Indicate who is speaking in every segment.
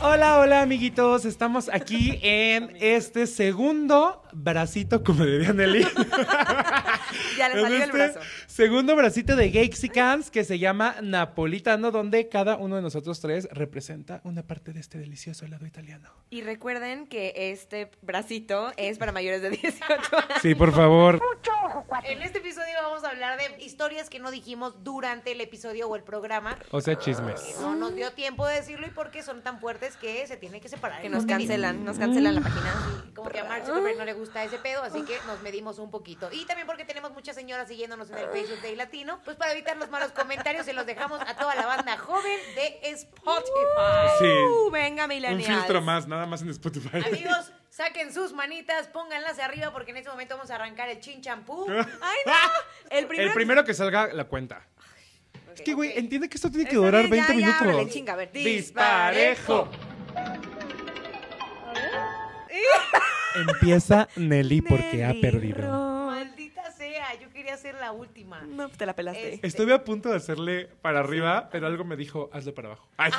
Speaker 1: Hola, hola, amiguitos. Estamos aquí en este segundo bracito, como diría Nelly.
Speaker 2: Ya le
Speaker 1: En
Speaker 2: salió el
Speaker 1: este
Speaker 2: brazo.
Speaker 1: Segundo bracito de Gexicans que se llama Napolitano, donde cada uno de nosotros tres representa una parte de este delicioso helado italiano.
Speaker 2: Y recuerden que este bracito es para mayores de 18 años.
Speaker 1: Sí, por favor.
Speaker 3: En este episodio vamos a hablar de historias que no dijimos durante el episodio o el programa.
Speaker 1: O sea, chismes.
Speaker 3: No nos dio tiempo de decirlo y porque son tan fuertes que se tienen que separar.
Speaker 2: Que
Speaker 3: el
Speaker 2: nos
Speaker 3: contenido.
Speaker 2: cancelan, nos cancelan la página.
Speaker 3: Sí, Como que a Mark Zuckerberg no le gusta ese pedo, así que nos medimos un poquito. Y también porque tenemos muchas señoras siguiéndonos en el Facebook de Latino, pues para evitar los malos comentarios se los dejamos a toda la banda joven de Spotify.
Speaker 1: Sí.
Speaker 2: Uh, venga,
Speaker 1: Un
Speaker 2: millennials.
Speaker 1: filtro más, nada más en Spotify.
Speaker 3: Amigos, saquen sus manitas, pónganlas arriba porque en este momento vamos a arrancar el chin champú.
Speaker 2: Ay, no. El primero.
Speaker 1: El primero que salga la cuenta. Es que, güey,
Speaker 3: ok.
Speaker 1: entiende que esto tiene que
Speaker 2: Está
Speaker 1: durar
Speaker 2: bien,
Speaker 1: 20
Speaker 2: ya,
Speaker 1: minutos.
Speaker 2: Ya, órale, chinga, a ver.
Speaker 1: Disparejo. Empieza Nelly porque ha
Speaker 2: Nelly
Speaker 1: perdido.
Speaker 2: Roll.
Speaker 3: Maldita sea, yo quería ser la última.
Speaker 2: No, pues te la pelaste.
Speaker 3: Es-
Speaker 1: Estuve a punto de hacerle para arriba, pero algo me dijo, hazle para abajo. Ay,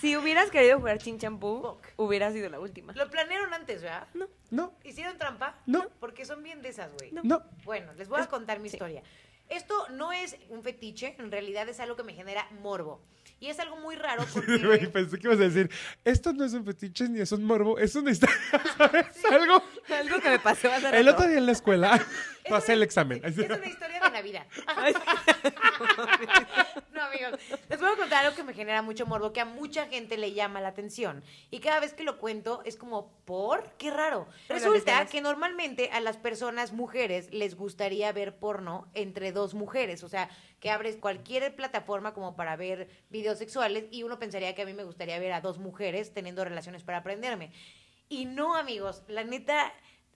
Speaker 2: Si hubieras querido jugar Chin Champú, hubieras sido la última.
Speaker 3: Lo planearon antes, ¿verdad?
Speaker 1: no,
Speaker 3: ¿Hicieron trampa?
Speaker 1: No.
Speaker 3: Porque son bien de esas, güey.
Speaker 1: no.
Speaker 3: Bueno, les voy a contar mi
Speaker 2: sí.
Speaker 3: historia. Esto no es un fetiche, en realidad es algo que me genera morbo. Y es algo muy raro porque...
Speaker 1: Güey, pensé que ibas a decir, esto no es un fetiche ni es un morbo, es una historia, ¿sabes? Algo.
Speaker 2: Algo que me pasó hace
Speaker 1: El
Speaker 2: rato.
Speaker 1: otro día en la escuela,
Speaker 3: es
Speaker 1: pasé el
Speaker 3: una-
Speaker 1: examen.
Speaker 3: Es una historia de Navidad.
Speaker 2: Ay,
Speaker 3: No, amigos. Les voy a contar algo que me genera mucho morbo, que a mucha gente le llama la atención. Y cada vez que lo cuento es como, ¿por? Qué raro. Resulta
Speaker 2: lesbianas.
Speaker 3: que normalmente a las personas mujeres les gustaría ver porno entre dos mujeres. O sea, que abres cualquier plataforma como para ver videos sexuales y uno pensaría que a mí me gustaría ver a dos mujeres teniendo relaciones para aprenderme. Y no, amigos, la neta,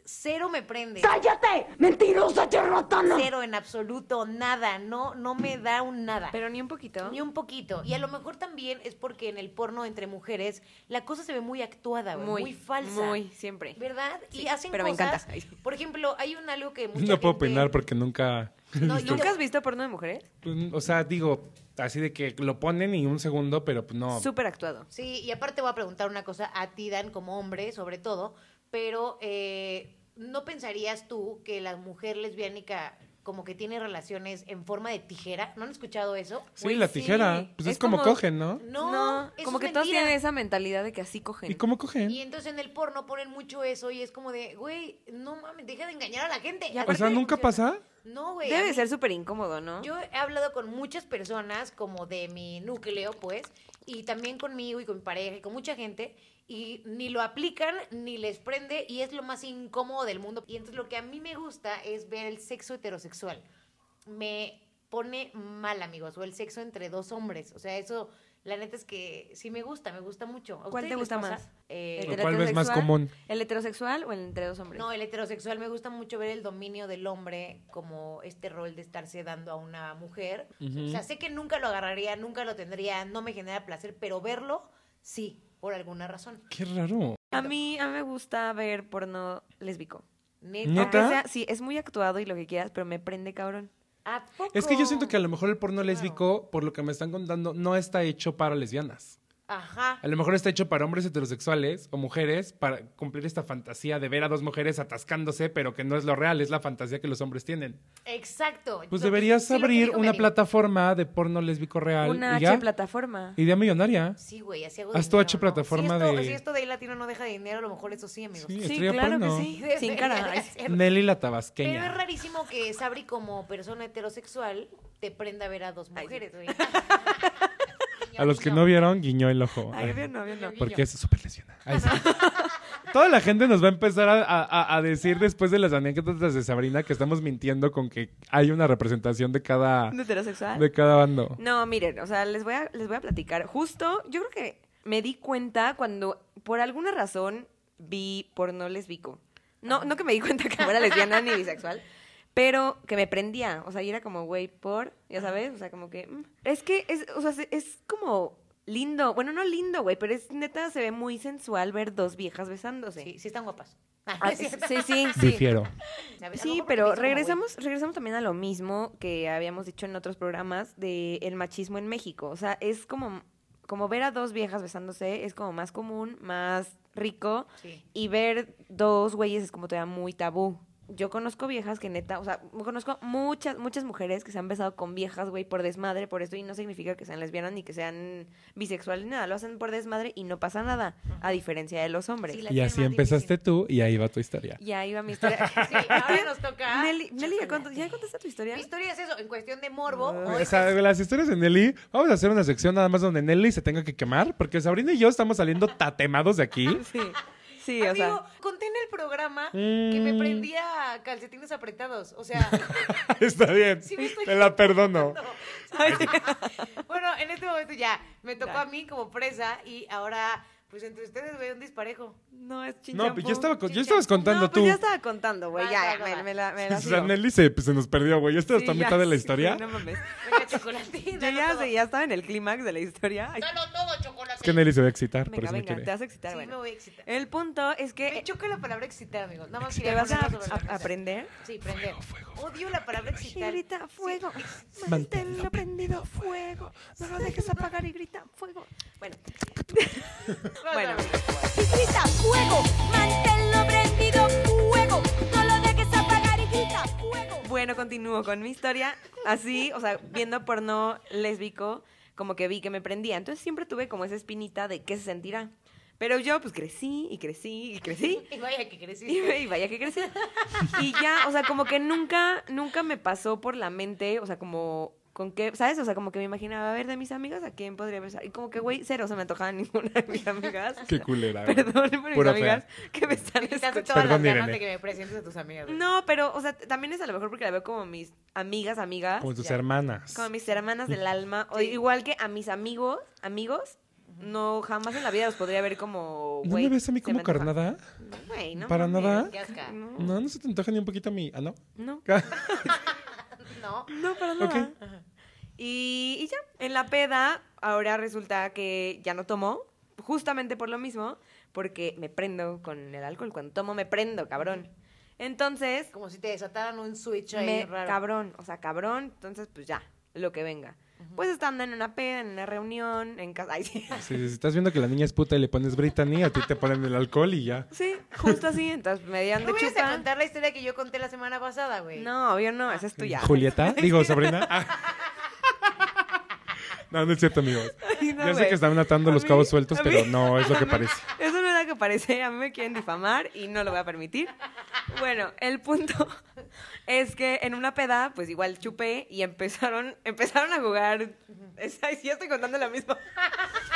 Speaker 3: cero me prende.
Speaker 4: ¡Cállate! ¡Mentirosa charlatana!
Speaker 3: Cero en absoluto, nada, no, no me da un nada.
Speaker 2: Pero ni un poquito.
Speaker 3: Ni un poquito. Y a lo mejor también es porque en el porno entre mujeres la cosa se ve muy actuada, güey, muy, falsa.
Speaker 2: Muy, siempre.
Speaker 3: ¿Verdad?
Speaker 2: Sí,
Speaker 3: y hacen
Speaker 2: pero me
Speaker 3: cosas-
Speaker 2: encanta. Ay.
Speaker 3: Por ejemplo, hay un algo que mucha
Speaker 1: No puedo
Speaker 3: gente-
Speaker 1: opinar porque nunca.
Speaker 3: No, yo-
Speaker 2: ¿Nunca has visto porno de mujeres?
Speaker 1: pues, O sea, digo, así de que lo ponen y un segundo, pero pues no.
Speaker 2: Súper actuado.
Speaker 3: Sí, y aparte voy a preguntar una cosa a ti, Dan, como hombre, sobre todo, pero eh, ¿no pensarías tú que la mujer lesbiánica como que tiene relaciones en forma de tijera? ¿No han escuchado eso?
Speaker 1: Sí,
Speaker 2: Güey,
Speaker 1: la
Speaker 2: sí.
Speaker 1: tijera. Pues es,
Speaker 2: Es
Speaker 1: como,
Speaker 2: como-
Speaker 1: cogen, ¿no?
Speaker 3: No, eso
Speaker 2: como
Speaker 3: es
Speaker 2: que todos
Speaker 3: mentira.
Speaker 2: tienen esa mentalidad de que así cogen.
Speaker 1: ¿Y cómo cogen?
Speaker 3: Y entonces en el porno ponen mucho eso y es como de, güey, no mames, deja de engañar a la gente.
Speaker 2: Ya,
Speaker 1: O sea, ¿nunca pasa?
Speaker 3: No, güey. a
Speaker 2: Debe
Speaker 3: mí-
Speaker 2: ser súper incómodo, ¿no?
Speaker 3: Yo he hablado con muchas personas como de mi núcleo, pues, y también conmigo y con mi pareja y con mucha gente, y ni lo aplican ni les prende y es lo más incómodo del mundo. Y entonces lo que a mí me gusta es ver el sexo heterosexual. Me pone mal, amigos, o el sexo entre dos hombres. O sea, eso, la neta es que sí me gusta, me gusta mucho. ¿A
Speaker 2: ¿Cuál
Speaker 3: ustedes
Speaker 2: te
Speaker 3: les
Speaker 2: gusta
Speaker 3: pasa?
Speaker 2: más?
Speaker 3: Eh,
Speaker 1: ¿O cuál ves más
Speaker 2: heterosexual?
Speaker 1: común?
Speaker 2: ¿El heterosexual o el entre dos hombres?
Speaker 3: No, el heterosexual me gusta mucho ver el dominio del hombre como este rol de estarse dando a una mujer. O sea, sé que nunca lo agarraría, nunca lo tendría, no me genera placer, pero verlo sí, por alguna razón.
Speaker 1: Qué raro.
Speaker 2: A mí, a mí me gusta ver porno lésbico.
Speaker 1: ¿Neta?
Speaker 2: Aunque sea- sí, es muy actuado y lo que quieras, pero me prende cabrón.
Speaker 3: ¿A poco?
Speaker 1: Es que yo siento que a lo mejor el porno lésbico, por lo que me están contando, no está hecho para lesbianas.
Speaker 3: Ajá.
Speaker 1: A lo mejor está hecho para hombres heterosexuales o mujeres para cumplir esta fantasía de ver a dos mujeres atascándose, pero que no es lo real, es la fantasía que los hombres tienen.
Speaker 3: Exacto.
Speaker 1: Pues
Speaker 3: Lo-
Speaker 1: deberías
Speaker 3: sí, lo que
Speaker 1: abrir
Speaker 3: dijo
Speaker 1: una
Speaker 3: Mary.
Speaker 1: plataforma de porno lésbico real
Speaker 2: Una
Speaker 1: y ya.
Speaker 2: H plataforma.
Speaker 1: Idea millonaria.
Speaker 3: Sí, güey, así hago
Speaker 1: Haz tu
Speaker 3: dinero,
Speaker 1: H
Speaker 3: ¿no?
Speaker 1: plataforma
Speaker 3: si esto,
Speaker 1: de-
Speaker 3: Si esto de ahí latino no deja de dinero, a lo mejor eso sí, amigos.
Speaker 1: Sí,
Speaker 2: Sí,
Speaker 1: estrella
Speaker 2: claro
Speaker 1: porno.
Speaker 2: que sí. Sin cara. Ay,
Speaker 3: Debería de ser.
Speaker 1: Nelly la
Speaker 3: Pero es
Speaker 1: tabasqueña.
Speaker 3: rarísimo que Sabri como persona heterosexual te prenda a ver a dos mujeres, güey.
Speaker 1: A los que no vieron, guiñó el ojo.
Speaker 2: Ay, obvio no, obvio no.
Speaker 1: Porque es súper lesionada. Ay, sí. Toda la gente nos va a empezar a, a- a decir después de las anécdotas de Sabrina que estamos mintiendo con que hay una representación de cada,
Speaker 2: ¿De heterosexual?
Speaker 1: de cada bando.
Speaker 2: No, miren, o sea, les voy a, les voy a platicar. Justo, yo creo que me di cuenta cuando, por alguna razón, vi porno lesbico. No, no que me di cuenta que no era lesbiana ni bisexual, pero que me prendía. O sea, y era como, güey, por, ya sabes, o sea, como que... mm. Es que, es, o sea, se- es como lindo. Bueno, no lindo, güey, pero es neta, se ve muy sensual ver dos viejas besándose.
Speaker 3: Sí, sí están guapas.
Speaker 2: Ah, sí, sí, sí.
Speaker 1: Difiero.
Speaker 3: ¿Sabes? A lo
Speaker 2: Sí,
Speaker 3: mejor porque
Speaker 2: pero
Speaker 3: pienso como,
Speaker 2: regresamos, regresamos también a lo mismo que habíamos dicho en otros programas de el machismo en México. O sea, es como como ver a dos viejas besándose es como más común, más rico.
Speaker 3: Sí.
Speaker 2: Y ver dos güeyes es como todavía muy tabú. Yo conozco viejas que neta, o sea, conozco muchas, muchas mujeres que se han besado con viejas, güey, por desmadre, por esto, y no significa que sean lesbianas ni que sean bisexuales, ni nada, lo hacen por desmadre y no pasa nada, a diferencia de los hombres.
Speaker 3: Sí, la
Speaker 1: Y
Speaker 3: tienen
Speaker 1: así
Speaker 3: más
Speaker 1: empezaste tú y ahí va tu historia.
Speaker 2: Y ahí va mi historia.
Speaker 3: Sí, ahora nos toca.
Speaker 2: Nelly, Nelly, ¿ya, contó-
Speaker 3: Chocolate.
Speaker 2: ya contaste tu historia?
Speaker 3: Mi historia es eso, en cuestión de morbo.
Speaker 1: O
Speaker 3: hoy
Speaker 1: sea, las historias de Nelly, vamos a hacer una sección nada más donde Nelly se tenga que quemar, porque Sabrina y yo estamos saliendo tatemados de aquí.
Speaker 2: Sí, sí, o
Speaker 3: Amigo,
Speaker 2: sea.
Speaker 3: conté en el programa que me
Speaker 1: Mm.
Speaker 3: prendía calcetines apretados. O sea,
Speaker 1: Está bien,
Speaker 3: Sí, me estoy
Speaker 1: te la perdono.
Speaker 3: bueno, en este momento ya me tocó a mí como presa y ahora, pues entre ustedes veo un disparejo.
Speaker 2: No, es chinchampú.
Speaker 1: No, pues yo estaba, con- yo
Speaker 3: Chinchampú. Ah,
Speaker 1: estabas contando
Speaker 2: No, pues
Speaker 1: tú.
Speaker 2: ya estaba contando, güey.
Speaker 3: Va,
Speaker 2: Ya,
Speaker 3: va,
Speaker 2: ya,
Speaker 3: va.
Speaker 2: me, me la, me la
Speaker 1: O sea,
Speaker 2: sigo.
Speaker 1: Nelly se, pues, se nos perdió, güey. Esta
Speaker 2: Sí,
Speaker 1: está a
Speaker 2: ya,
Speaker 1: mitad de la
Speaker 2: sí,
Speaker 1: historia.
Speaker 2: güey, no mames.
Speaker 3: Venga, chocolatín.
Speaker 2: Yo ya, sé, ya estaba en el clímax de la historia. Ay,
Speaker 3: Dalo todo, chocolate.
Speaker 1: Es que Nelly se va a excitar, por
Speaker 2: venga,
Speaker 1: eso me
Speaker 2: venga,
Speaker 1: quiere.
Speaker 2: te vas a excitar,
Speaker 3: Sí,
Speaker 2: bueno.
Speaker 3: me voy a excitar.
Speaker 2: El punto es que
Speaker 3: Me
Speaker 2: eh,
Speaker 3: choca la palabra excitar, amigos. Nada más
Speaker 2: te
Speaker 3: quería
Speaker 2: vas a,
Speaker 3: ponerlo sobre la
Speaker 2: a-
Speaker 3: mesa.
Speaker 2: aprender.
Speaker 3: Sí, prender. Odio la palabra excitar.
Speaker 2: Y grita fuego,
Speaker 1: Manténlo
Speaker 2: manténlo prendido, fuego. No lo dejes apagar y grita fuego. Bueno,
Speaker 3: Bueno,
Speaker 2: Bueno.
Speaker 5: Y grita fuego, manténlo prendido fuego. No lo dejes apagar y grita fuego.
Speaker 2: Bueno, continúo con mi historia. Así, o sea, viendo porno lésbico, como que vi que me prendía. Entonces siempre tuve como esa espinita de qué se sentirá. Pero yo pues crecí y crecí y crecí.
Speaker 3: y vaya que
Speaker 2: Y,
Speaker 3: creciste.
Speaker 2: ve- y vaya que crecí. Y ya, o sea, como que nunca, nunca me pasó por la mente, o sea, como con qué, ¿sabes? O sea, como que me imaginaba, a ver, de mis amigas, ¿a quién podría besar? Y como que, güey, cero, se me antojaba ninguna de mis amigas.
Speaker 1: Qué culera, güey.
Speaker 2: Perdón por mis
Speaker 1: Pura
Speaker 2: amigas que me están
Speaker 3: Te
Speaker 2: escuchando.
Speaker 3: hace todas las
Speaker 1: Perdón,
Speaker 3: ganas
Speaker 1: Irene.
Speaker 3: de que me presentes a tus amigas. güey.
Speaker 2: No, pero, o sea, t- también es a lo mejor porque la veo como mis amigas, amigas.
Speaker 1: Como tus
Speaker 3: Ya.
Speaker 1: hermanas.
Speaker 2: Como mis hermanas del alma. o
Speaker 3: Sí.
Speaker 2: igual que a mis amigos, amigos, no jamás en la vida los podría ver como.
Speaker 1: ¿No
Speaker 2: güey,
Speaker 1: me ves a mí
Speaker 2: se
Speaker 1: como
Speaker 2: me antoja. Mm.
Speaker 1: carnada?
Speaker 2: Güey, no
Speaker 1: ¿Para
Speaker 2: mames.
Speaker 1: nada?
Speaker 3: Qué asca.
Speaker 2: No,
Speaker 1: No, no se te antoja ni un poquito a mí. ¿Ah, no?
Speaker 2: no,
Speaker 3: No.
Speaker 2: no, para nada. Y, y ya, en la peda, ahora resulta que ya no tomo, justamente por lo mismo, porque me prendo con el alcohol. Cuando tomo, me prendo, cabrón. Entonces,
Speaker 3: Como si te desataran un switch ahí
Speaker 2: me,
Speaker 3: raro.
Speaker 2: cabrón, o sea, cabrón, entonces pues ya, lo que venga. Pues estando en una peda, en una reunión, en casa, ay, sí.
Speaker 1: Si estás viendo que la niña es puta y le pones Brittany, a ti te ponen el alcohol y ya.
Speaker 2: Sí, justo así, entonces me dieron
Speaker 3: No
Speaker 2: de
Speaker 3: vienes a
Speaker 2: chupa.
Speaker 3: contar la historia que yo conté la semana pasada, güey.
Speaker 2: No, yo no, esa es tuya.
Speaker 1: Julieta, digo, Sabrina. Ah. No, no es cierto, amigos.
Speaker 2: Ay, no,
Speaker 1: ya sé
Speaker 2: güey.
Speaker 1: que están atando los
Speaker 2: A mí-
Speaker 1: cabos sueltos,
Speaker 2: a mí-
Speaker 1: pero no es lo que
Speaker 2: no,
Speaker 1: parece.
Speaker 2: Eso no era lo que parece, a mí me quieren difamar y no lo voy a permitir. Bueno, el punto es que en una peda, pues igual chupé y empezaron, empezaron a jugar. Es- Ay, sí, estoy contando la misma.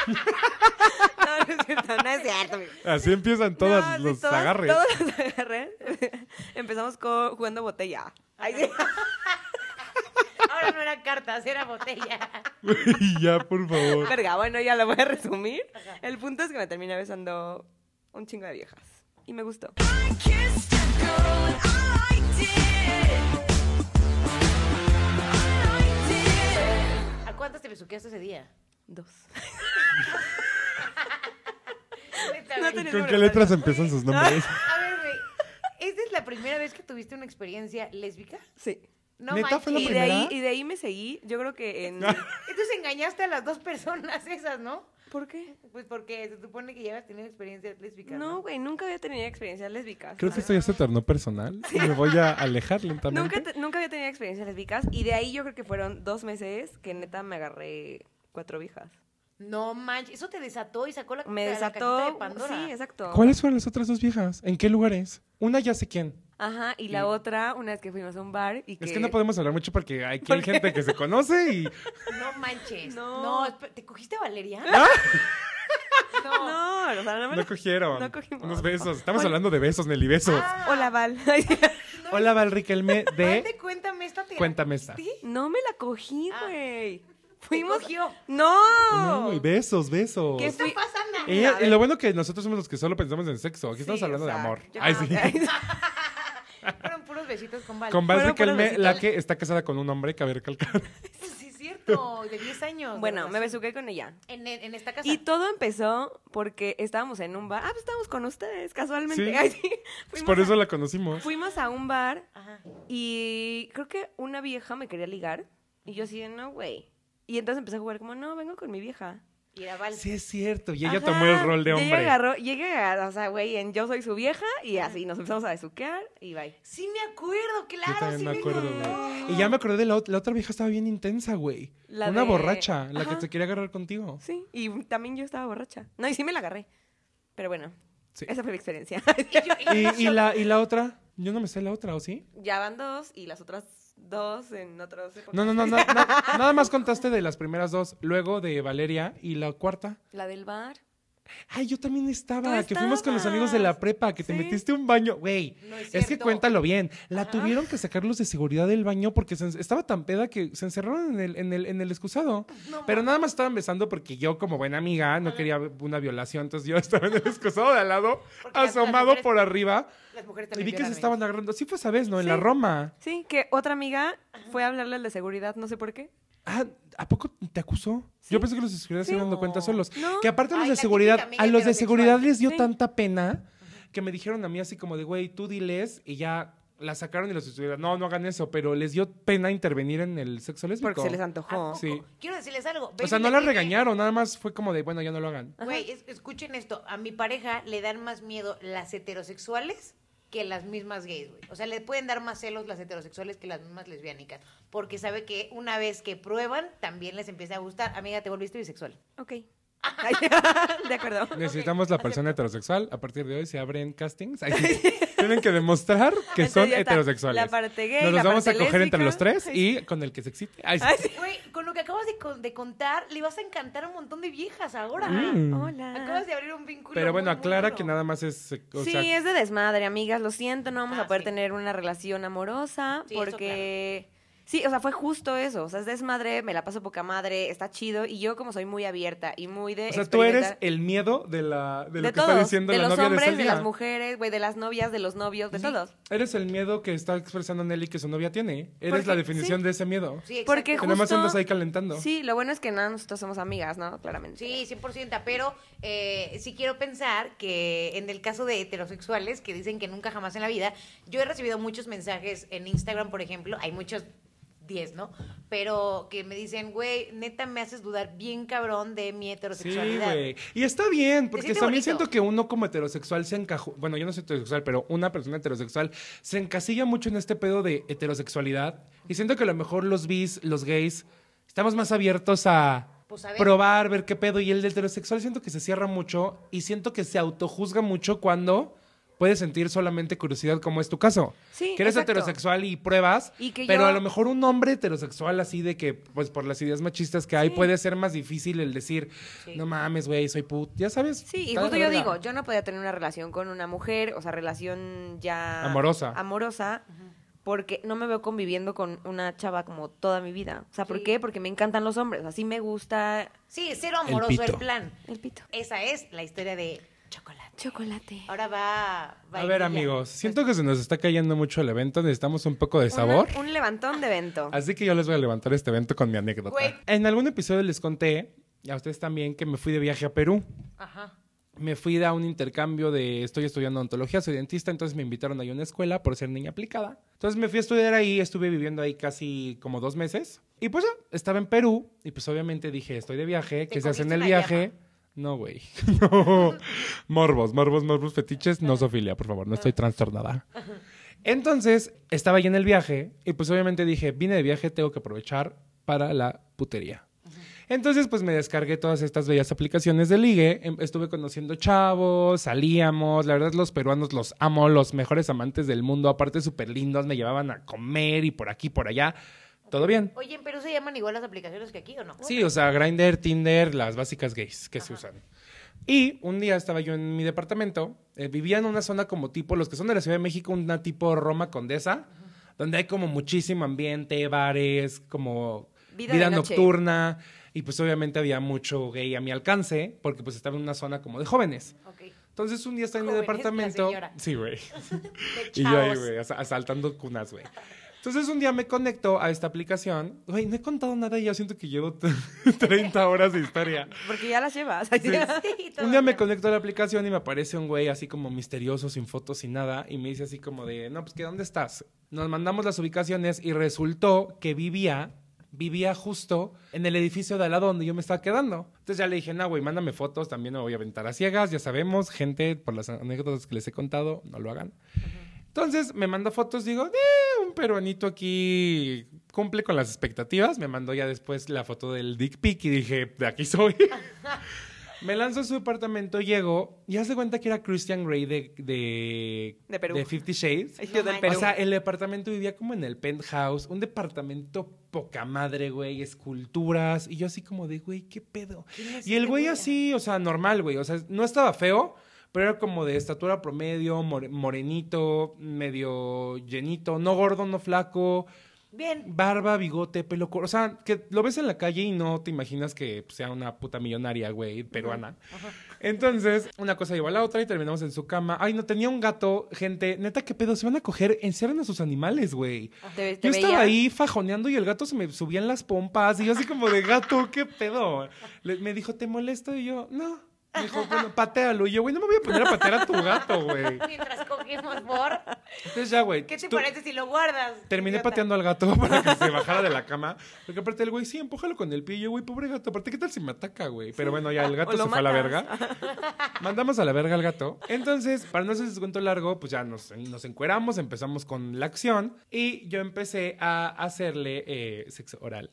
Speaker 2: No, no es cierto, no es cierto. amigo.
Speaker 1: Así empiezan todos
Speaker 2: No, sí,
Speaker 1: los
Speaker 2: todas-
Speaker 1: agarres.
Speaker 2: Todos los agarres. Empezamos co- jugando botella. Ay, sí.
Speaker 3: Ahora no eran cartas, era botella.
Speaker 1: Y ya, por favor.
Speaker 2: Verga, bueno, ya lo voy a resumir. El punto es que me terminé besando un chingo de viejas. Y me gustó.
Speaker 3: ¿A cuántas te besuqueaste ese día?
Speaker 2: Dos.
Speaker 3: Neta,
Speaker 2: No
Speaker 3: güey.
Speaker 2: tenía-
Speaker 1: ¿Con qué letras empiezan sus nombres?
Speaker 3: A ver, güey. ¿Esta es la primera vez que tuviste una experiencia lésbica?
Speaker 2: Sí.
Speaker 3: No
Speaker 1: ¿Neta fue la
Speaker 2: Y
Speaker 3: manches.
Speaker 2: de, ahí,
Speaker 1: primera?
Speaker 2: y de ahí me seguí. Yo creo que en.
Speaker 3: Entonces engañaste a las dos personas esas, ¿no?
Speaker 2: ¿Por qué?
Speaker 3: Pues porque se supone que ya habías tenido experiencias lésbicas.
Speaker 2: No, güey, nunca había tenido experiencias lésbicas.
Speaker 1: Creo que esto ya se tornó personal. Me voy a alejar lentamente.
Speaker 2: Nunca, te- nunca había tenido experiencias lésbicas. Y de ahí yo creo que fueron dos meses que neta me agarré cuatro viejas.
Speaker 3: No manches, eso te desató y sacó la,
Speaker 2: Me
Speaker 3: la
Speaker 2: desató.
Speaker 3: cajita de Pandora.
Speaker 2: sí, exacto.
Speaker 1: ¿Cuáles fueron las otras dos viejas? ¿En qué lugares? Una ya sé quién.
Speaker 2: Ajá, y la otra, una vez que fuimos a un bar y que...
Speaker 1: Es que no podemos hablar mucho porque aquí
Speaker 2: ¿Por
Speaker 1: hay
Speaker 2: qué?
Speaker 1: gente que se conoce y
Speaker 3: No manches.
Speaker 2: No.
Speaker 3: No. esp- ¿Te cogiste a Valeria?
Speaker 1: ¿Ah?
Speaker 3: No.
Speaker 2: No, o sea, no me
Speaker 1: no
Speaker 2: lo-
Speaker 1: cogieron.
Speaker 2: No cogimos. Ah,
Speaker 1: Unos besos. Estamos hablando de besos, Nelly, besos.
Speaker 2: Hola, Val.
Speaker 1: Hola, Val Riquelme
Speaker 3: Date
Speaker 1: de
Speaker 3: cuéntame esta te
Speaker 1: Cuéntame esta.
Speaker 2: no me la cogí, güey. Fuimos...
Speaker 3: cogió.
Speaker 2: ¡No!
Speaker 1: No, y besos, besos.
Speaker 2: Que fui-
Speaker 3: pasando?
Speaker 1: Ella-
Speaker 2: A
Speaker 1: y
Speaker 2: ver.
Speaker 1: lo bueno que nosotros somos los que solo pensamos en sexo. Aquí estamos
Speaker 2: Sí,
Speaker 1: hablando
Speaker 2: o sea,
Speaker 1: de amor.
Speaker 2: yo-
Speaker 1: Ay, sí.
Speaker 3: Fueron puros besitos con Valeria.
Speaker 1: Con Val
Speaker 2: Fueron puros
Speaker 1: Riquelme, la
Speaker 2: besitos.
Speaker 1: que está casada con un hombre, cabe recalcar.
Speaker 3: Sí, es cierto, de 10 años.
Speaker 2: Bueno,
Speaker 3: de
Speaker 2: me
Speaker 3: relación.
Speaker 2: besuqué con ella.
Speaker 3: En, e, en- en esta casa.
Speaker 2: Y todo empezó porque estábamos en un bar. Ah, pues estábamos con ustedes, casualmente.
Speaker 1: Sí.
Speaker 2: Ay, sí.
Speaker 1: Pues
Speaker 2: Fuimos
Speaker 1: por eso
Speaker 2: a-
Speaker 1: la conocimos.
Speaker 2: Fuimos a un bar
Speaker 3: Ajá.
Speaker 2: y creo que una vieja me quería ligar. Y yo así de, no, güey. Y entonces empecé a jugar como, no, vengo con mi vieja.
Speaker 3: Y era vals.
Speaker 1: Sí, es cierto. Y ella
Speaker 2: Ajá,
Speaker 1: tomó el rol de
Speaker 2: y Ella
Speaker 1: hombre.
Speaker 2: agarró, y ella agarró, o sea, güey, en Yo soy su vieja y así nos empezamos a besuquear y bye.
Speaker 3: Sí me acuerdo, claro,
Speaker 1: Yo también
Speaker 3: sí
Speaker 1: me acuerdo,
Speaker 3: encantó.
Speaker 1: güey. Y ya me acordé de la, ot- la otra vieja estaba bien intensa, güey.
Speaker 2: La
Speaker 1: Una
Speaker 2: de-
Speaker 1: borracha, la
Speaker 2: Ajá.
Speaker 1: que se quería agarrar contigo.
Speaker 2: Sí, y también yo estaba borracha. No, y sí me la agarré. Pero bueno,
Speaker 1: Sí.
Speaker 2: esa fue mi experiencia.
Speaker 1: Y, y la, y la otra, yo no me sé la otra, ¿o sí?
Speaker 2: ya van dos y las otras dos en otros épocas.
Speaker 1: No, no, no, na- na- nada más contaste de las primeras dos, luego de Valeria y la cuarta.
Speaker 2: La del bar.
Speaker 1: Ay, yo también estaba,
Speaker 2: Tú
Speaker 1: que fuimos con los amigos de
Speaker 2: estabas.
Speaker 1: la prepa, que te
Speaker 2: Sí.
Speaker 1: metiste un baño, güey.
Speaker 3: No es
Speaker 1: es, que
Speaker 3: cierto.
Speaker 1: cuéntalo bien. La tuvieron que sacarlos de seguridad del baño porque se en- estaba tan peda que se encerraron en el, en el, en el excusado. Pero nada más estaban besando porque yo, como buena amiga, no quería una violación, entonces yo estaba en el excusado de al lado,
Speaker 3: Porque las- las
Speaker 1: asomado
Speaker 3: mujeres-
Speaker 1: por arriba.
Speaker 3: Las mujeres
Speaker 1: Y
Speaker 3: también
Speaker 1: vi que se
Speaker 3: violan, güey.
Speaker 1: estaban agarrando. Sí fue esa vez, ¿no? En la
Speaker 2: Sí.
Speaker 1: Roma.
Speaker 2: Sí, que otra amiga fue a hablarle al de seguridad, no sé por qué.
Speaker 1: Ah, ¿a poco te acusó? Yo pensé que los de seguridad se
Speaker 2: Sí.
Speaker 1: iban dando cuenta solos.
Speaker 2: No.
Speaker 1: Que aparte a los
Speaker 3: Ay,
Speaker 1: de
Speaker 3: la típica
Speaker 1: seguridad,
Speaker 3: amiga
Speaker 1: a los de
Speaker 3: heterosexual.
Speaker 1: seguridad les dio
Speaker 2: Sí.
Speaker 1: tanta pena que me dijeron a mí así como de, güey, tú diles y ya la sacaron y los de seguridad, no, no hagan eso, pero les dio pena intervenir en el sexo lésbico.
Speaker 2: Porque se les
Speaker 3: ¿A poco?
Speaker 2: antojó.
Speaker 1: Ah, Sí.
Speaker 3: Quiero decirles algo.
Speaker 1: O
Speaker 3: Baby
Speaker 1: sea, no
Speaker 3: le
Speaker 1: la
Speaker 3: tiene-
Speaker 1: regañaron, nada más fue como de, bueno, ya no lo hagan.
Speaker 3: Güey, es- escuchen esto. A mi pareja le dan más miedo las heterosexuales que las mismas gays, güey. O sea, le pueden dar más celos las heterosexuales que las mismas lesbianicas. Porque sabe que una vez que prueban, también les empieza a gustar. Amiga, te volviste bisexual.
Speaker 2: Ok. Ay, de acuerdo.
Speaker 1: Necesitamos la persona heterosexual. A partir de hoy se abren castings. Ahí sí. Tienen que demostrar que
Speaker 2: Entonces
Speaker 1: son
Speaker 2: ya está.
Speaker 1: heterosexuales.
Speaker 2: La parte gay,
Speaker 1: Nos
Speaker 2: la
Speaker 1: los vamos a
Speaker 2: parte
Speaker 1: coger entre
Speaker 2: lésbica.
Speaker 1: los tres y con el que se excite. Ay, sí.
Speaker 2: Ay, sí.
Speaker 3: Güey, con lo que acabas de, con- de contar, le vas a encantar a un montón de viejas ahora.
Speaker 2: Hola.
Speaker 3: Acabas de abrir un vínculo.
Speaker 1: Mm. Pero bueno,
Speaker 3: muy, muy
Speaker 1: aclara
Speaker 3: duro.
Speaker 1: que nada más es. eh, O
Speaker 2: sí,
Speaker 1: sea,
Speaker 2: es de desmadre, amigas. Lo siento, no vamos
Speaker 3: Ah,
Speaker 2: a poder
Speaker 3: sí.
Speaker 2: tener una relación amorosa
Speaker 3: Sí, eso
Speaker 2: porque... Sí, o sea, fue justo eso. O sea, es desmadre, me la paso poca madre, está chido. Y yo como soy muy abierta y muy de...
Speaker 1: O sea, tú eres
Speaker 2: experimentar-
Speaker 1: el miedo de, la, de lo
Speaker 2: de
Speaker 1: que está diciendo
Speaker 2: de
Speaker 1: la
Speaker 2: los
Speaker 1: novia
Speaker 2: hombres,
Speaker 1: de
Speaker 2: de,
Speaker 1: Celia.
Speaker 2: las mujeres, güey, de las novias, de los novios, de todos.
Speaker 1: Eres el miedo que está expresando Nelly que su novia tiene. Eres
Speaker 2: Porque-
Speaker 1: la definición
Speaker 2: sí.
Speaker 1: de ese miedo.
Speaker 3: Sí, exacto.
Speaker 2: Porque
Speaker 1: Que
Speaker 2: justo...
Speaker 1: nada más andas ahí calentando.
Speaker 2: Sí, lo bueno es que nada, nosotros somos amigas, ¿no? Claramente.
Speaker 3: Sí, 100%, pero eh, sí quiero pensar que en el caso de heterosexuales que dicen que nunca jamás en la vida, yo he recibido muchos mensajes en Instagram, por ejemplo, hay muchos 10, ¿no? Pero que me dicen, güey, neta me haces dudar bien cabrón de mi
Speaker 1: Sí,
Speaker 3: heterosexualidad.
Speaker 1: güey. Y está bien, porque
Speaker 3: siente
Speaker 1: también
Speaker 3: bonito.
Speaker 1: siento que uno como heterosexual se encajó. Bueno, yo no soy heterosexual, pero una persona heterosexual se encasilla mucho en este pedo de heterosexualidad. Y siento que a lo mejor los bis, los gays, estamos más abiertos a.
Speaker 3: Pues, a ver.
Speaker 1: probar, ver qué pedo. Y el de heterosexual siento que se cierra mucho y siento que se autojuzga mucho cuando puedes sentir solamente curiosidad, como es tu caso.
Speaker 2: Sí,
Speaker 1: Que eres
Speaker 2: exacto.
Speaker 1: heterosexual y pruebas,
Speaker 2: Y que
Speaker 1: pero
Speaker 2: yo-
Speaker 1: a lo mejor un hombre heterosexual así de que, pues por las ideas machistas que hay, puede ser más difícil el decir, no mames, güey, soy put. Ya sabes.
Speaker 2: Sí, y
Speaker 1: está de
Speaker 2: justo yo
Speaker 1: verga.
Speaker 2: digo, yo no podía tener una relación con una mujer, o sea, relación ya...
Speaker 1: Amorosa.
Speaker 2: Amorosa, porque no me veo conviviendo con una chava como toda mi vida. O sea, ¿por qué? Porque me encantan los hombres, así me gusta
Speaker 3: Sí, cero amoroso el,
Speaker 1: pito.
Speaker 3: plan.
Speaker 2: el pito.
Speaker 3: Esa es la historia de chocolate.
Speaker 2: Chocolate.
Speaker 3: Ahora va...
Speaker 1: A ver, amigos, siento que se nos está cayendo mucho el evento, necesitamos un poco de sabor. Ah,
Speaker 2: Un, un levantón de evento.
Speaker 1: Así que yo les voy a levantar este evento con mi anécdota.
Speaker 3: Güey.
Speaker 1: En algún episodio les conté, y a ustedes también, que me fui de viaje a Perú.
Speaker 3: Ajá.
Speaker 1: Me fui a un intercambio de, estoy estudiando odontología, soy dentista, entonces me invitaron ahí a una escuela por ser niña aplicada. Entonces me fui a estudiar ahí, estuve viviendo ahí casi como dos meses. Y pues ya, estaba en Perú, y pues obviamente dije, estoy de viaje,
Speaker 3: ¿Te
Speaker 1: que se hace en
Speaker 3: comiste
Speaker 1: el
Speaker 3: una
Speaker 1: viaje.
Speaker 3: llama?
Speaker 1: No, güey. No. Morbos, morbos, morbos, fetiches, no sofilia, por favor, no estoy
Speaker 3: Ah.
Speaker 1: trastornada. Entonces, estaba yo en el viaje y pues obviamente dije, vine de viaje, tengo que aprovechar para la putería. Entonces, pues me descargué todas estas bellas aplicaciones de ligue, em- estuve conociendo chavos, salíamos, la verdad los peruanos los amo, los mejores amantes del mundo, aparte súper lindos, me llevaban a comer y por aquí, por allá, todo bien.
Speaker 3: Oye, ¿en Perú se llaman igual las aplicaciones que aquí o no?
Speaker 1: Sí, o sea, Grindr, Tinder, las básicas gays que se usan. Y un día estaba yo en mi departamento, eh, vivía en una zona como tipo, los que son de la Ciudad de México, una tipo Roma Condesa, donde hay como muchísimo ambiente, bares, como
Speaker 2: Vida
Speaker 1: vida,
Speaker 2: de noche.
Speaker 1: nocturna, y pues obviamente había mucho gay a mi alcance, porque pues estaba en una zona como de jóvenes.
Speaker 3: Ok.
Speaker 1: Entonces un día estaba en mi
Speaker 3: Jóvenes, la
Speaker 1: departamento.
Speaker 3: señora.
Speaker 1: Sí, güey.
Speaker 3: De
Speaker 1: Y yo ahí,
Speaker 3: chavos.
Speaker 1: güey, asa- asaltando cunas, güey. Entonces un día me conecto a esta aplicación. Güey, no he contado nada y ya siento que llevo t- 30 horas de historia.
Speaker 2: Porque ya las llevas.
Speaker 3: Sí,
Speaker 1: Un día me
Speaker 3: todavía.
Speaker 1: conecto a la aplicación y me aparece un güey así como misterioso, sin fotos, sin nada. Y me dice así como de, no, pues que ¿dónde estás? Nos mandamos las ubicaciones y resultó que vivía vivía justo en el edificio de al lado donde yo me estaba quedando. Entonces ya le dije, no, güey, mándame fotos, también me voy a aventar a ciegas, ya sabemos, gente, por las anécdotas que les he contado, no lo hagan. Entonces me manda fotos, digo, "Eh, un peruanito aquí cumple con las expectativas. Me mandó ya después la foto del dick pic y dije, de aquí soy. me lanzo a su apartamento, llego y hace cuenta que era Christian Grey de, de,
Speaker 2: De Perú.
Speaker 1: Fifty Shades.
Speaker 2: Ay, yo del
Speaker 3: No
Speaker 2: Perú.
Speaker 1: O sea, el departamento vivía como en el penthouse, un departamento poca madre, güey, esculturas. Y yo así como de, güey, ¿qué pedo? Y el güey así, o sea, normal, güey. O sea, no estaba feo, pero era como de estatura promedio, more- morenito, medio llenito, no gordo, no flaco.
Speaker 3: Bien.
Speaker 1: Barba, bigote, pelo corto. O sea, que lo ves en la calle y no te imaginas que pues, sea una puta millonaria, güey, peruana. Entonces, una cosa llevó a la otra y terminamos en su cama. Ay, no, tenía un gato. Gente, neta, ¿qué pedo? Se van a coger, encierren a sus animales, güey.
Speaker 2: Te, te
Speaker 1: Yo estaba
Speaker 2: veía.
Speaker 1: ahí fajoneando y el gato se me subía en las pompas. Y yo así como de gato, ¿qué pedo? Le- me dijo, ¿te molesto? Y yo, no. Me dijo, bueno, patealo. Y yo, güey, no me voy a poner a patear a tu gato, güey.
Speaker 3: Mientras cogemos por.
Speaker 1: Entonces ya, güey.
Speaker 3: ¿Qué te
Speaker 1: tú-
Speaker 3: parece si lo guardas?
Speaker 1: Terminé
Speaker 3: idiota?
Speaker 1: pateando al gato para que se bajara de la cama. Porque aparte el güey, sí, empújalo con el pie. Y yo, güey, pobre gato. Aparte, ¿qué tal si me ataca, güey? Pero bueno, ya el gato
Speaker 2: O
Speaker 1: se
Speaker 2: lo
Speaker 1: fue a la
Speaker 2: matas.
Speaker 1: verga. Mandamos a la verga al gato. Entonces, para no hacer cuento largo, pues ya nos, nos encueramos, empezamos con la acción. Y yo empecé a hacerle eh, sexo oral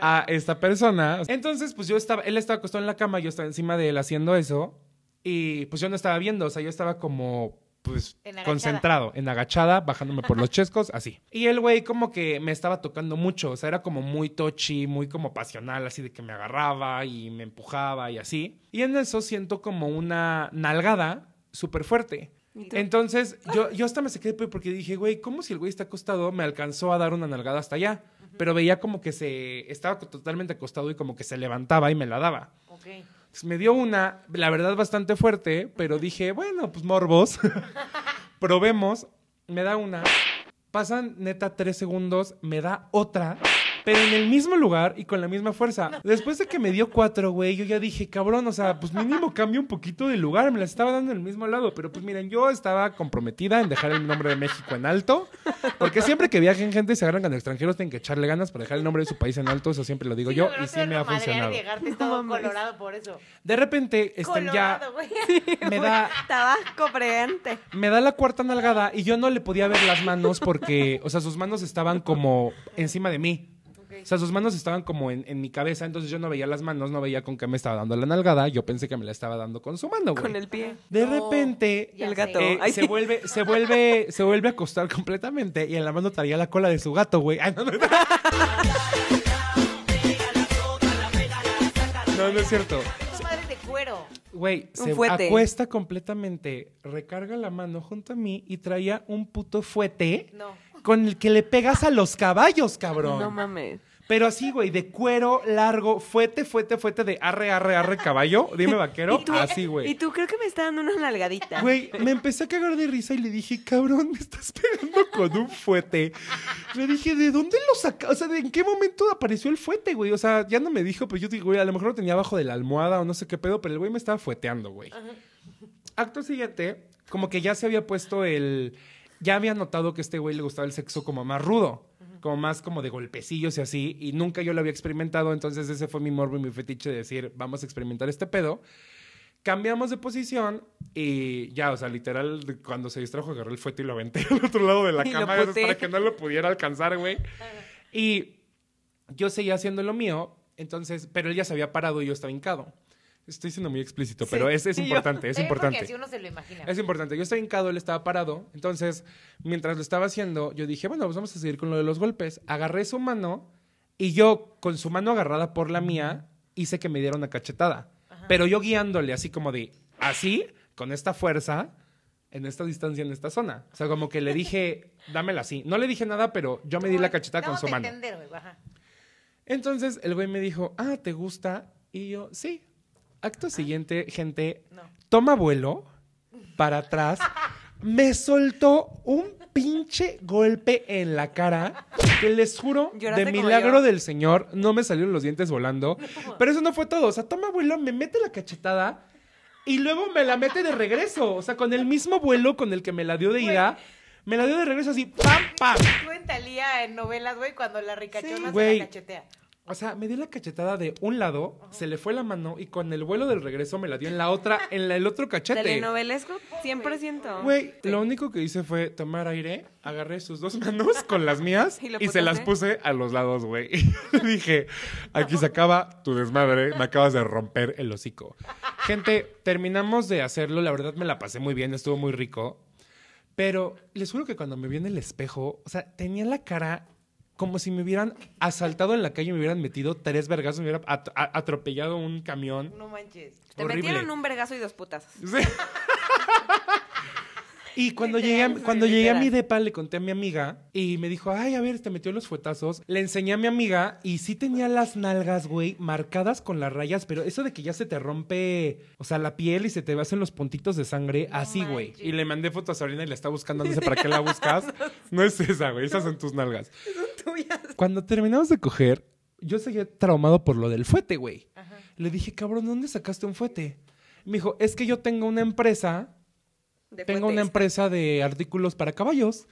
Speaker 1: a esta persona. Entonces, pues yo estaba, él estaba acostado en la cama, yo estaba encima de él haciendo eso. Y pues yo no estaba viendo, o sea, yo estaba como, pues,
Speaker 3: En agachada.
Speaker 1: concentrado, en agachada, bajándome por los chescos, así. Y el güey como que me estaba tocando mucho, o sea, era como muy touchy, muy como pasional, así de que me agarraba y me empujaba y así. Y en eso siento como una nalgada súper fuerte.
Speaker 2: ¿Y tú?
Speaker 1: Entonces, yo, yo hasta me saqué de pedo porque dije, güey, ¿cómo si el güey está acostado? Me alcanzó a dar una nalgada hasta allá. Pero veía como que se estaba totalmente acostado y como que se levantaba y me la daba.
Speaker 3: Ok.
Speaker 1: Entonces, me dio una, la verdad, bastante fuerte, pero dije, bueno, pues morbos. Probemos. Me da una. Pasan neta tres segundos, me da otra, pero en el mismo lugar y con la misma fuerza. Después de que me dio cuatro, güey, yo ya dije, cabrón, o sea, pues mínimo cambio un poquito de lugar. Me las estaba dando en el mismo lado, pero pues miren, yo estaba comprometida en dejar el nombre de México en alto, porque siempre que viajen gente y se agarran con extranjeros, tienen que echarle ganas para dejar el nombre de su país en alto. Eso siempre lo digo
Speaker 3: Sí,
Speaker 1: yo
Speaker 3: pero no
Speaker 1: y
Speaker 3: te
Speaker 1: sí
Speaker 3: van
Speaker 1: me
Speaker 3: a
Speaker 1: ha
Speaker 3: madrear y
Speaker 1: funcionado.
Speaker 3: dejarte todo
Speaker 2: mames.
Speaker 3: colorado por eso.
Speaker 1: De repente, este, ya
Speaker 3: Colorado, güey.
Speaker 1: me da,
Speaker 2: Tabasco preante.
Speaker 1: me da la cuarta nalgada y yo no le podía ver las manos porque, o sea, sus manos estaban como encima de mí. O sea, sus manos estaban como en, en mi cabeza, entonces yo no veía las manos, no veía con qué me estaba dando la nalgada. Yo pensé que me la estaba dando con su mano, güey.
Speaker 2: Con el pie.
Speaker 1: De
Speaker 3: No,
Speaker 1: repente,
Speaker 3: ya
Speaker 2: el gato.
Speaker 3: sé.
Speaker 1: eh,
Speaker 2: Ay,
Speaker 1: se
Speaker 2: sí.
Speaker 1: vuelve, se vuelve, se vuelve a acostar completamente y en la mano traía la cola de su gato, güey. Ay, no, no, no. No, no es cierto.
Speaker 3: Esas madres de cuero.
Speaker 1: Güey,
Speaker 2: Un
Speaker 1: se
Speaker 2: fuete.
Speaker 1: acuesta completamente, recarga la mano junto a mí y traía un puto fuete
Speaker 3: No.
Speaker 1: con el que le pegas a los caballos, cabrón.
Speaker 2: No mames.
Speaker 1: Pero así, güey, de cuero largo, fuete, fuete, fuete de arre, arre, arre, caballo. Dime, vaquero. así,
Speaker 2: Y
Speaker 1: güey.
Speaker 2: tú creo que me está dando una nalgadita.
Speaker 1: Güey, me empecé a cagar de risa y le dije, cabrón, me estás pegando con un fuete. Le dije, ¿de dónde lo sacaste? O sea, ¿de en qué momento apareció el fuete, güey? O sea, ya no me dijo, pero yo digo, güey, a lo mejor lo tenía abajo de la almohada o no sé qué pedo, pero el güey me estaba fueteando, güey. Acto siguiente, como que ya se había puesto el. Ya había notado que a este güey le gustaba el sexo como más rudo, como más como de golpecillos y así, y nunca yo lo había experimentado, entonces ese fue mi morbo y mi fetiche de decir, vamos a experimentar este pedo. Cambiamos de posición y ya, o sea, literal, de- cuando se distrajo, agarré el fuete y lo aventé al otro lado de la
Speaker 2: Y lo
Speaker 1: cama eso es
Speaker 2: puteé.
Speaker 1: para que no lo pudiera alcanzar, güey. Y yo seguía haciendo lo mío, entonces, pero él ya se había parado y yo estaba hincado. Estoy siendo muy explícito, pero es, es
Speaker 2: y yo-
Speaker 1: importante, es
Speaker 3: También
Speaker 1: importante.
Speaker 3: Porque así uno se lo imagina.
Speaker 1: Es importante. Yo estaba hincado, él estaba parado. Entonces, mientras lo estaba haciendo, yo dije, bueno, pues vamos a seguir con lo de los golpes. Agarré su mano y yo, con su mano agarrada por la mía, hice que me diera una cachetada. Pero yo guiándole así como de, así, con esta fuerza, en esta distancia, en esta zona. O sea, como que le dije, dámela así. No le dije nada, pero yo me di la cachetada con su
Speaker 3: Dándote a
Speaker 1: mano.
Speaker 3: entender, güey, ajá.
Speaker 1: Entonces el güey me dijo, ah, ¿te gusta? Y yo, sí. Acto siguiente, gente,
Speaker 3: No.
Speaker 1: toma vuelo para atrás. Me soltó un pinche golpe en la cara que les juro,
Speaker 2: Lloraste
Speaker 1: de
Speaker 2: como
Speaker 1: milagro
Speaker 2: yo.
Speaker 1: del señor, no me salieron los dientes volando. Pero eso no fue todo. O sea, toma vuelo, me mete la cachetada y luego me la mete de regreso. O sea, con el mismo vuelo con el que me la dio de ida, Me la dio de regreso así, pam, pam.
Speaker 3: Tú en Talía en novelas, güey, cuando la ricachona se
Speaker 1: Güey.
Speaker 3: la cachetea.
Speaker 1: O sea, me dio la cachetada de un lado, se le fue la mano y con el vuelo del regreso me la dio en la otra, en la- el otro cachete.
Speaker 2: Telenovelesco, 100%.
Speaker 1: Güey, lo único que hice fue tomar aire, agarré sus dos manos con las mías
Speaker 2: Y lo
Speaker 1: y, se las
Speaker 2: putaste.
Speaker 1: puse a los lados, güey. Y le dije, aquí se acaba tu desmadre, me acabas de romper el hocico. Gente, terminamos de hacerlo, la verdad me la pasé muy bien, estuvo muy rico. Pero les juro que cuando me vi en el espejo, o sea, tenía la cara como si me hubieran asaltado en la calle, me hubieran metido tres vergazos, me hubieran at- a- atropellado un camión.
Speaker 3: No manches.
Speaker 2: Te
Speaker 1: Horrible.
Speaker 2: metieron un vergazo y dos putazas.
Speaker 1: Sí. Y cuando llegué, a, cuando llegué a mi depa le conté a mi amiga y me dijo, ay, a ver, te metió los fuetazos. Le enseñé a mi amiga y sí tenía las nalgas, güey, marcadas con las rayas, pero eso de que ya se te rompe, o sea, la piel y se te hacen los puntitos de sangre, así, güey.
Speaker 3: manches.
Speaker 1: Y le mandé fotos a Sabrina y la está buscando, no sé para qué la buscas. No es esa, güey, esas son tus nalgas. Cuando terminamos de coger, yo seguía traumado por lo del fuete, güey. Le dije, cabrón, ¿dónde sacaste un fuete? Me dijo, es que yo tengo una empresa
Speaker 2: De
Speaker 1: tengo una
Speaker 2: fuentes.
Speaker 1: empresa de artículos para caballos.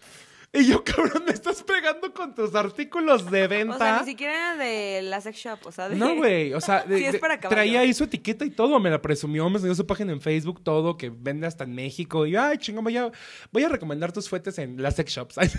Speaker 1: Y yo, cabrón, me estás pegando con tus artículos de venta.
Speaker 2: O sea, ni siquiera de la sex shop, o sea, de...
Speaker 1: No, güey. O sea, de-
Speaker 2: Sí, es
Speaker 1: de-
Speaker 2: para caballo.
Speaker 1: traía ahí su etiqueta y todo. Me la presumió, me enseñó su página en Facebook, todo, que vende hasta en México. Y yo, ay, chingón, voy a, voy a recomendar tus fuetes en las sex shops.
Speaker 2: pues,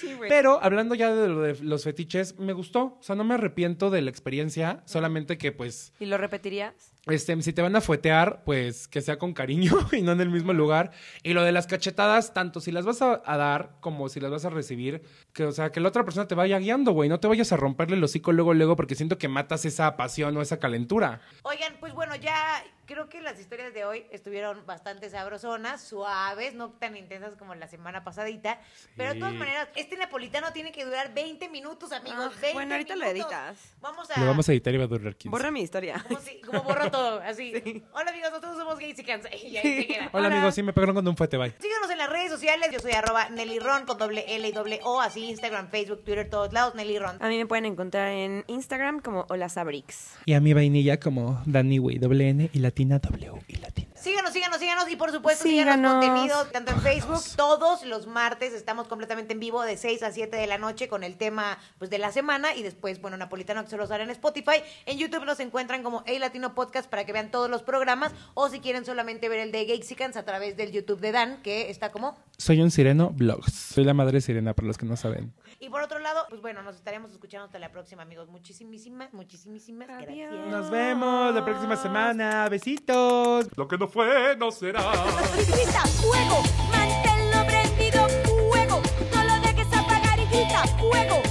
Speaker 2: Sí, güey.
Speaker 1: Pero hablando ya de, lo de los fetiches, me gustó. O sea, no me arrepiento de la experiencia, solamente que pues...
Speaker 2: ¿Y lo repetirías?
Speaker 1: Este, si te van a fuetear, pues que sea con cariño y no en el mismo lugar. Y lo de las cachetadas, tanto si las vas a, a dar como si las vas a recibir, que o sea, que la otra persona te vaya guiando, güey. No te vayas a romperle el hocico luego, luego, porque siento que matas esa pasión o esa calentura.
Speaker 3: Oigan, pues bueno, ya creo que las historias de hoy estuvieron bastante sabrosonas, suaves, no tan intensas como la semana pasadita. Pero de todas maneras, este napolitano tiene que durar 20 minutos, amigos.
Speaker 2: Ah,
Speaker 3: 20
Speaker 2: bueno, ahorita lo
Speaker 3: minutos.
Speaker 2: editas.
Speaker 3: Vamos a...
Speaker 1: Lo vamos a editar y va a durar 15.
Speaker 2: Borra mi historia.
Speaker 3: Como, si- como borro todo, así. Hola amigos, nosotros somos gays y cans. Y ahí se queda.
Speaker 1: Hola, amigos, sí me pegaron con un fuete, bye.
Speaker 3: Síganos en las redes sociales. Yo soy arroba Nelly Ron con doble L y doble O, así Instagram, Facebook, Twitter, todos lados, Nelly Ron.
Speaker 2: A mí me pueden encontrar en Instagram como Hola Sabrix.
Speaker 1: Y a mi vainilla como Dani, güey, doble N y latina, W y latina.
Speaker 3: Síganos, síganos, síganos y por supuesto síganos,
Speaker 2: Síganos.
Speaker 3: contenido tanto en Facebook. Todos los martes estamos completamente en vivo de 6 a 7 de la noche con el tema pues de la semana y después, bueno, Napolitano que se los hará en Spotify. En YouTube nos encuentran como El Latino Podcast para que vean todos los programas o si quieren solamente ver el de Gexicans a través del YouTube de Dan, que está como...
Speaker 1: Soy un sireno, blogs. Soy la madre sirena, para los que no saben.
Speaker 3: Y por otro lado, pues bueno, nos estaremos escuchando hasta la próxima, amigos. Muchísimas, muchísimas gracias.
Speaker 1: Nos vemos la próxima semana. Besitos. Lo que no fue, no será.
Speaker 5: Grita fuego, manténlo prendido, fuego. No lo dejes apagar y grita fuego.